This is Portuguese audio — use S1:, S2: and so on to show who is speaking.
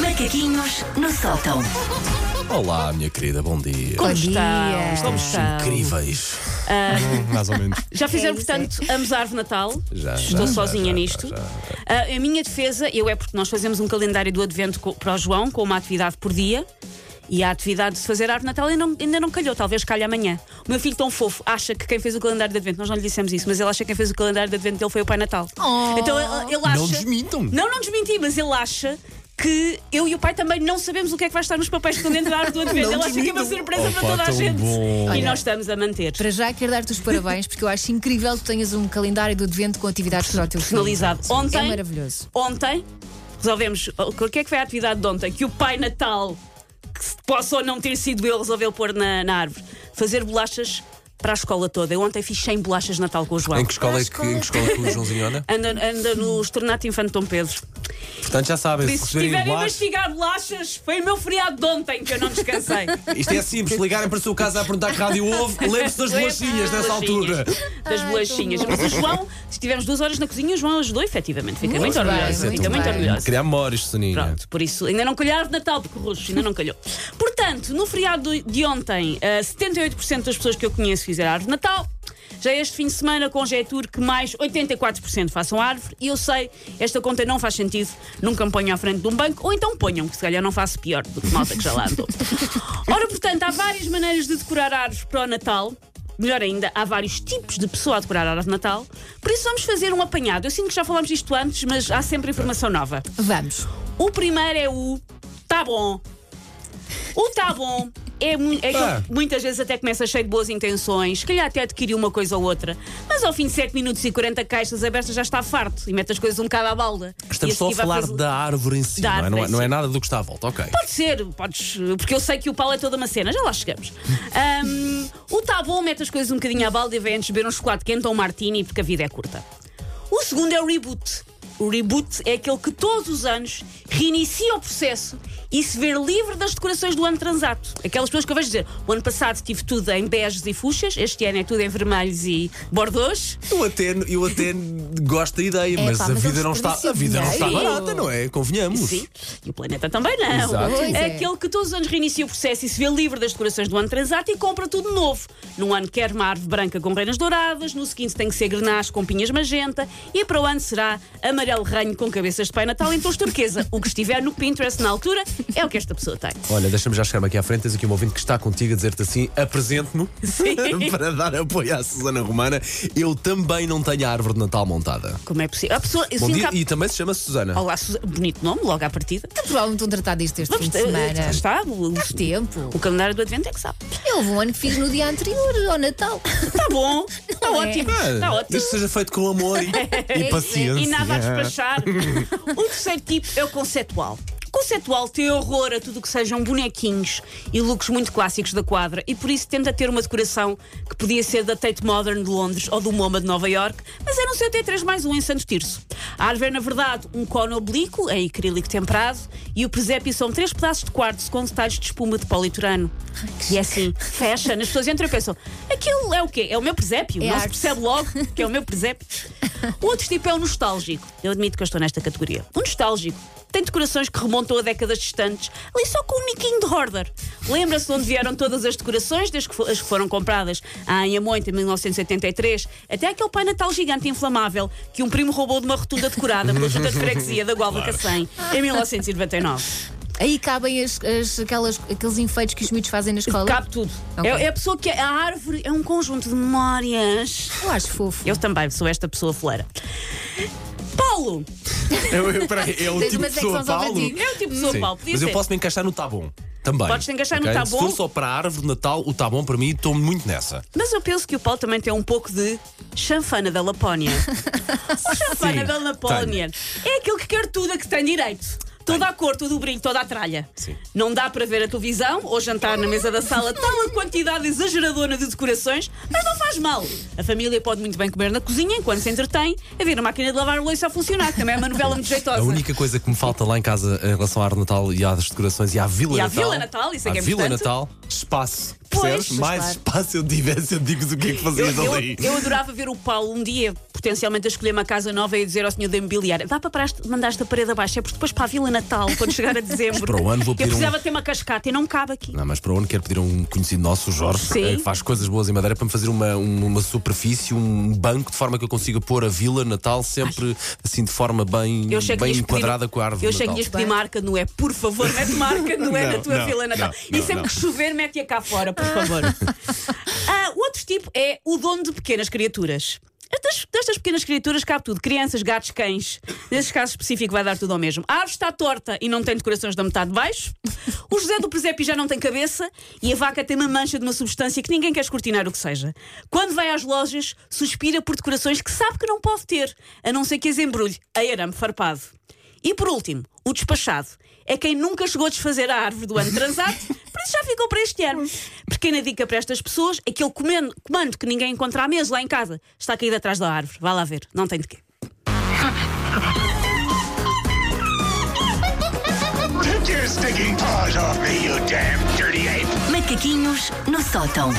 S1: Macaquinhos no sótão.
S2: Olá, minha querida, bom dia.
S3: Como
S4: dia.
S3: estão?
S4: Estamos
S3: Estão.
S2: Incríveis. Mais ou menos.
S3: Já fizeram,
S4: É isso,
S3: portanto, ambos a árvore de Natal.
S2: Já,
S3: Estou
S2: já,
S3: sozinha
S2: já, já,
S3: nisto.
S2: já, já.
S3: Ah, a minha defesa, eu é porque nós fazemos um calendário do advento co- para o João, com uma atividade por dia. E a atividade de se fazer a árvore de Natal ainda não, ainda não calhou, talvez calhe amanhã. O meu filho, tão fofo, acha que quem fez o calendário de Advento, nós não lhe dissemos isso, mas ele acha que quem fez o calendário de Advento dele foi o Pai Natal.
S4: Oh.
S3: Então ele, ele acha.
S2: Não desmintam.
S3: Não, não desmenti, mas ele acha que eu e o pai também não sabemos o que é que vai estar nos papéis que estão dentro da árvore do Advento. ele acha que é uma surpresa
S2: Opa,
S3: para toda a
S2: tão
S3: gente.
S2: bom.
S3: E
S2: Olha.
S3: nós estamos a manter.
S4: Para já quero dar-te os parabéns porque eu acho incrível que tenhas um calendário do advento com atividades para o teu filho.
S3: personalizado. Ontem,
S4: É maravilhoso.
S3: Ontem resolvemos o que é que foi a atividade de ontem que o Pai Natal, que se- possa ou não ter sido ele, resolveu pôr na, na árvore, fazer bolachas para a escola toda. Eu ontem fiz 100 bolachas de Natal com o João.
S2: Em que escola é que, em que, escola é que o Joãozinho anda?
S3: Anda, anda no Estornato Infante Dom Pedro.
S2: Portanto, já sabem,
S3: Por
S2: se
S3: isso, se
S2: receberem
S3: tiverem a
S2: bolachas.
S3: investigar bolachas, foi o meu feriado de ontem que eu não descansei.
S2: Isto é simples, ligarem para a sua casa a perguntar que rádio houve, lembre-se das bolachinhas nessa altura.
S3: Das bolachinhas. Mas o João, se tivemos duas horas na cozinha, o João ajudou, efetivamente. Fica muito,
S4: bem,
S2: é
S3: orgulhoso.
S4: muito
S3: Fica É muito
S4: bem.
S3: orgulhoso.
S2: Criar memórias, Soninha.
S3: Pronto, por isso ainda não calhar de Natal, porque o roxo ainda não calhou. Portanto, no feriado de ontem, eh, 78% das pessoas que eu conheço fizeram árvore de Natal. Já este fim de semana conjeturo que mais 84% façam árvore. E eu sei, esta conta não faz sentido. Nunca me ponham à frente de um banco. Ou então ponham, que se calhar não faço pior do que malta que já lá andou. Ora, portanto, há várias maneiras de decorar árvores para o Natal. Melhor ainda, há vários tipos de pessoa a decorar a árvore de Natal. Por isso vamos fazer um apanhado. Eu sinto que já falámos disto antes, mas há sempre informação nova.
S4: Vamos.
S3: O primeiro é o tá bom. O tá bom é, mu- é que
S2: Ah.
S3: muitas vezes até começa cheio de boas intenções, se calhar até adquiriu uma coisa ou outra, mas ao fim de 7 minutos e 40 caixas abertas já está farto e mete as coisas um bocado à balda. E
S2: Estamos
S3: esse
S2: só a
S3: aqui vai
S2: falar
S3: fazer-
S2: da árvore em si,
S3: Da
S2: não, é?
S3: árvore
S2: não, é,
S3: em
S2: não
S3: si.
S2: é nada do que está à volta, ok.
S3: Pode ser, podes, porque eu sei que o pau é toda uma cena, já lá chegamos. Ahm, o tá bom mete as coisas um bocadinho à balda e vem antes beber um chocolate quente ou um martini porque a vida é curta. O segundo é o reboot. O reboot é aquele que todos os anos reinicia o processo e se vê livre das decorações do ano transato. Aquelas pessoas que eu vejo dizer: o ano passado tive tudo em beges e fuchas, este ano é tudo em vermelhos e bordeaux.
S2: Eu até, eu até gosto da ideia,
S3: É
S2: mas,
S4: pá,
S2: a
S4: mas
S2: vida,
S4: eles
S2: não está, a
S4: desperdiciam
S2: vida não está
S4: dinheiro.
S2: barata, não é? Convenhamos.
S3: Sim, e o planeta também não.
S2: Exato.
S4: Pois
S3: É
S4: é.
S3: aquele que todos os anos reinicia o processo e se vê livre das decorações do ano transato e compra tudo novo. Num ano quer uma árvore branca com reinas douradas, no seguinte tem que ser grenache com pinhas magenta e para o ano será amarelo ranho com cabeças de pai natal em tons turquesa. o que estiver no Pinterest na altura é o que esta pessoa tem.
S2: Olha, deixa-me já chegar-me aqui à frente. Tens aqui um ouvinte que está contigo a dizer-te assim: apresente-me para dar apoio à Susana Romana. Eu também não tenho a árvore de Natal montada.
S3: Como é possível? A pessoa, eu
S2: Bom
S3: sinto
S2: dia,
S3: que há-
S2: e também se chama Susana.
S3: Olá, Susa- bonito nome, logo à partida.
S4: Provavelmente vão tratar disto este fim de
S3: eh,
S4: semana.
S3: está, o,
S4: Faz
S3: o, o
S4: tempo.
S3: calendário do Advento é que sabe.
S4: Eu houve um ano que fiz no dia anterior, ao Natal.
S3: Está bom, está
S4: Não é?
S3: ótimo,
S2: Ah,
S3: está ótimo. é,
S2: Desde que seja feito com amor e, e paciência.
S3: E nada a despachar. o terceiro tipo é o conceptual. Conceptual tem horror a tudo o que sejam bonequinhos e looks muito clássicos da quadra e por isso tenta ter uma decoração que podia ser da Tate Modern de Londres ou do MoMA de Nova York, mas era um seu T3 mais um em Santo Tirso. A árvore é, na verdade, um cone oblíquo em acrílico temperado e o presépio são três pedaços de quartzo com detalhes de espuma de politurano. E é assim, fecha. As pessoas entram e pensam: aquilo é o quê? É o meu presépio?
S4: É
S3: não se
S4: arte.
S3: percebe logo que é o meu presépio. O outro tipo é o nostálgico. Eu admito que eu estou nesta categoria. O nostálgico tem decorações que remontam a décadas distantes, ali só com um miquinho de hoarder. Lembra-se de onde vieram todas as decorações, desde que fo- as que foram compradas à Anhamonte em 1983, até aquele Pai Natal gigante inflamável que um primo roubou de uma rotunda decorada pela junta de freguesia da Gualva Cacém em 1999.
S4: Aí cabem as, as- aquelas, aqueles enfeites que os miúdos fazem na escola.
S3: Cabe tudo.
S4: Ok.
S3: É, é a pessoa que. A árvore é um conjunto de memórias.
S4: Eu acho fofo.
S3: Eu também sou esta pessoa fleira. Paulo!
S2: Eu, eu, peraí, é o
S4: Tens
S2: tipo
S4: uma
S2: de pessoa,
S4: secção só para
S2: Paulo.
S4: ti.
S3: É o tipo de pessoa,
S2: Sim,
S3: Paulo. Podia
S2: mas eu
S3: ser.
S2: posso me encaixar no Tabon também.
S3: Podes te encaixar no
S2: Ok?
S3: Tá
S2: Se
S3: Bom.
S2: for só para a árvore de Natal, o Tá Bom para mim, estou muito nessa.
S3: Mas eu penso que o Paulo também tem um pouco de chanfana da Lapónia. o chanfana
S2: Sim,
S3: da Lapónia é aquele que quer tudo a que tem direito. Toda a cor, todo o brilho, toda a tralha.
S2: Sim.
S3: Não dá para ver a televisão ou jantar na mesa da sala tal a quantidade exageradora de decorações, mas não faz mal. A família pode muito bem comer na cozinha enquanto se entretém a ver a máquina de lavar louça a funcionar, que também é uma novela muito jeitosa.
S2: A única coisa que me falta lá em casa em relação à árvore de Natal e às decorações e à Vila
S3: E à
S2: Natal.
S3: Vila Natal, isso é
S2: à
S3: que é
S2: Vila
S3: importante.
S2: Natal, espaço.
S3: Pois,
S2: percebes?
S3: mas
S2: Mais
S4: claro.
S2: espaço eu tivesse, eu digo-vos o que é que fazias
S3: eu,
S2: ali.
S3: eu adorava ver o Paulo um dia potencialmente a escolher uma casa nova e a dizer ao senhor da imobiliária: dá para parar este- mandar esta parede abaixo, é porque depois para a Vila Natal, quando chegar a dezembro,
S2: para o ano vou
S3: eu
S2: pedir um-
S3: precisava ter uma cascata e não cabe aqui.
S2: Não, mas para onde quero pedir a um conhecido nosso, o Jorge,
S3: Sim.
S2: eh, que faz coisas boas em madeira, para me fazer uma, um- uma superfície, um banco, de forma que eu consiga pôr a Vila Natal sempre assim de forma bem,
S3: Eu achei que
S2: bem
S3: ias pedir-
S2: enquadrada com a árvore.
S3: Eu
S2: de
S3: achei que
S2: Natal.
S3: ias pedir marca, não é? Por favor, mete marca, não é? na
S2: Não,
S3: tua
S2: não,
S3: Vila Natal.
S2: não,
S3: e sempre
S2: não.
S3: que chover, mete-a cá fora, por favor. Ah, o outro tipo é o dono de pequenas criaturas. Estas- destas pequenas criaturas cabe tudo: crianças, gatos, cães. Nesse caso específico, vai dar tudo ao mesmo. A árvore está torta e não tem decorações da metade de baixo. O José do Presépio já não tem cabeça. E a vaca tem uma mancha de uma substância que ninguém quer escrutinar o que seja. Quando vai às lojas, suspira por decorações que sabe que não pode ter, a não ser que as embrulhe a arame farpado. E por último, o despachado. É quem nunca chegou a desfazer a árvore do ano transado, por isso já ficou para este ano. Pequena dica para estas pessoas: aquele comendo- comando que ninguém encontra à mesa lá em casa está caído atrás da árvore. Vai lá ver, não tem de quê.
S5: Take your stinking paws off me, you damn dirty ape!
S1: Macaquinhos no sótão.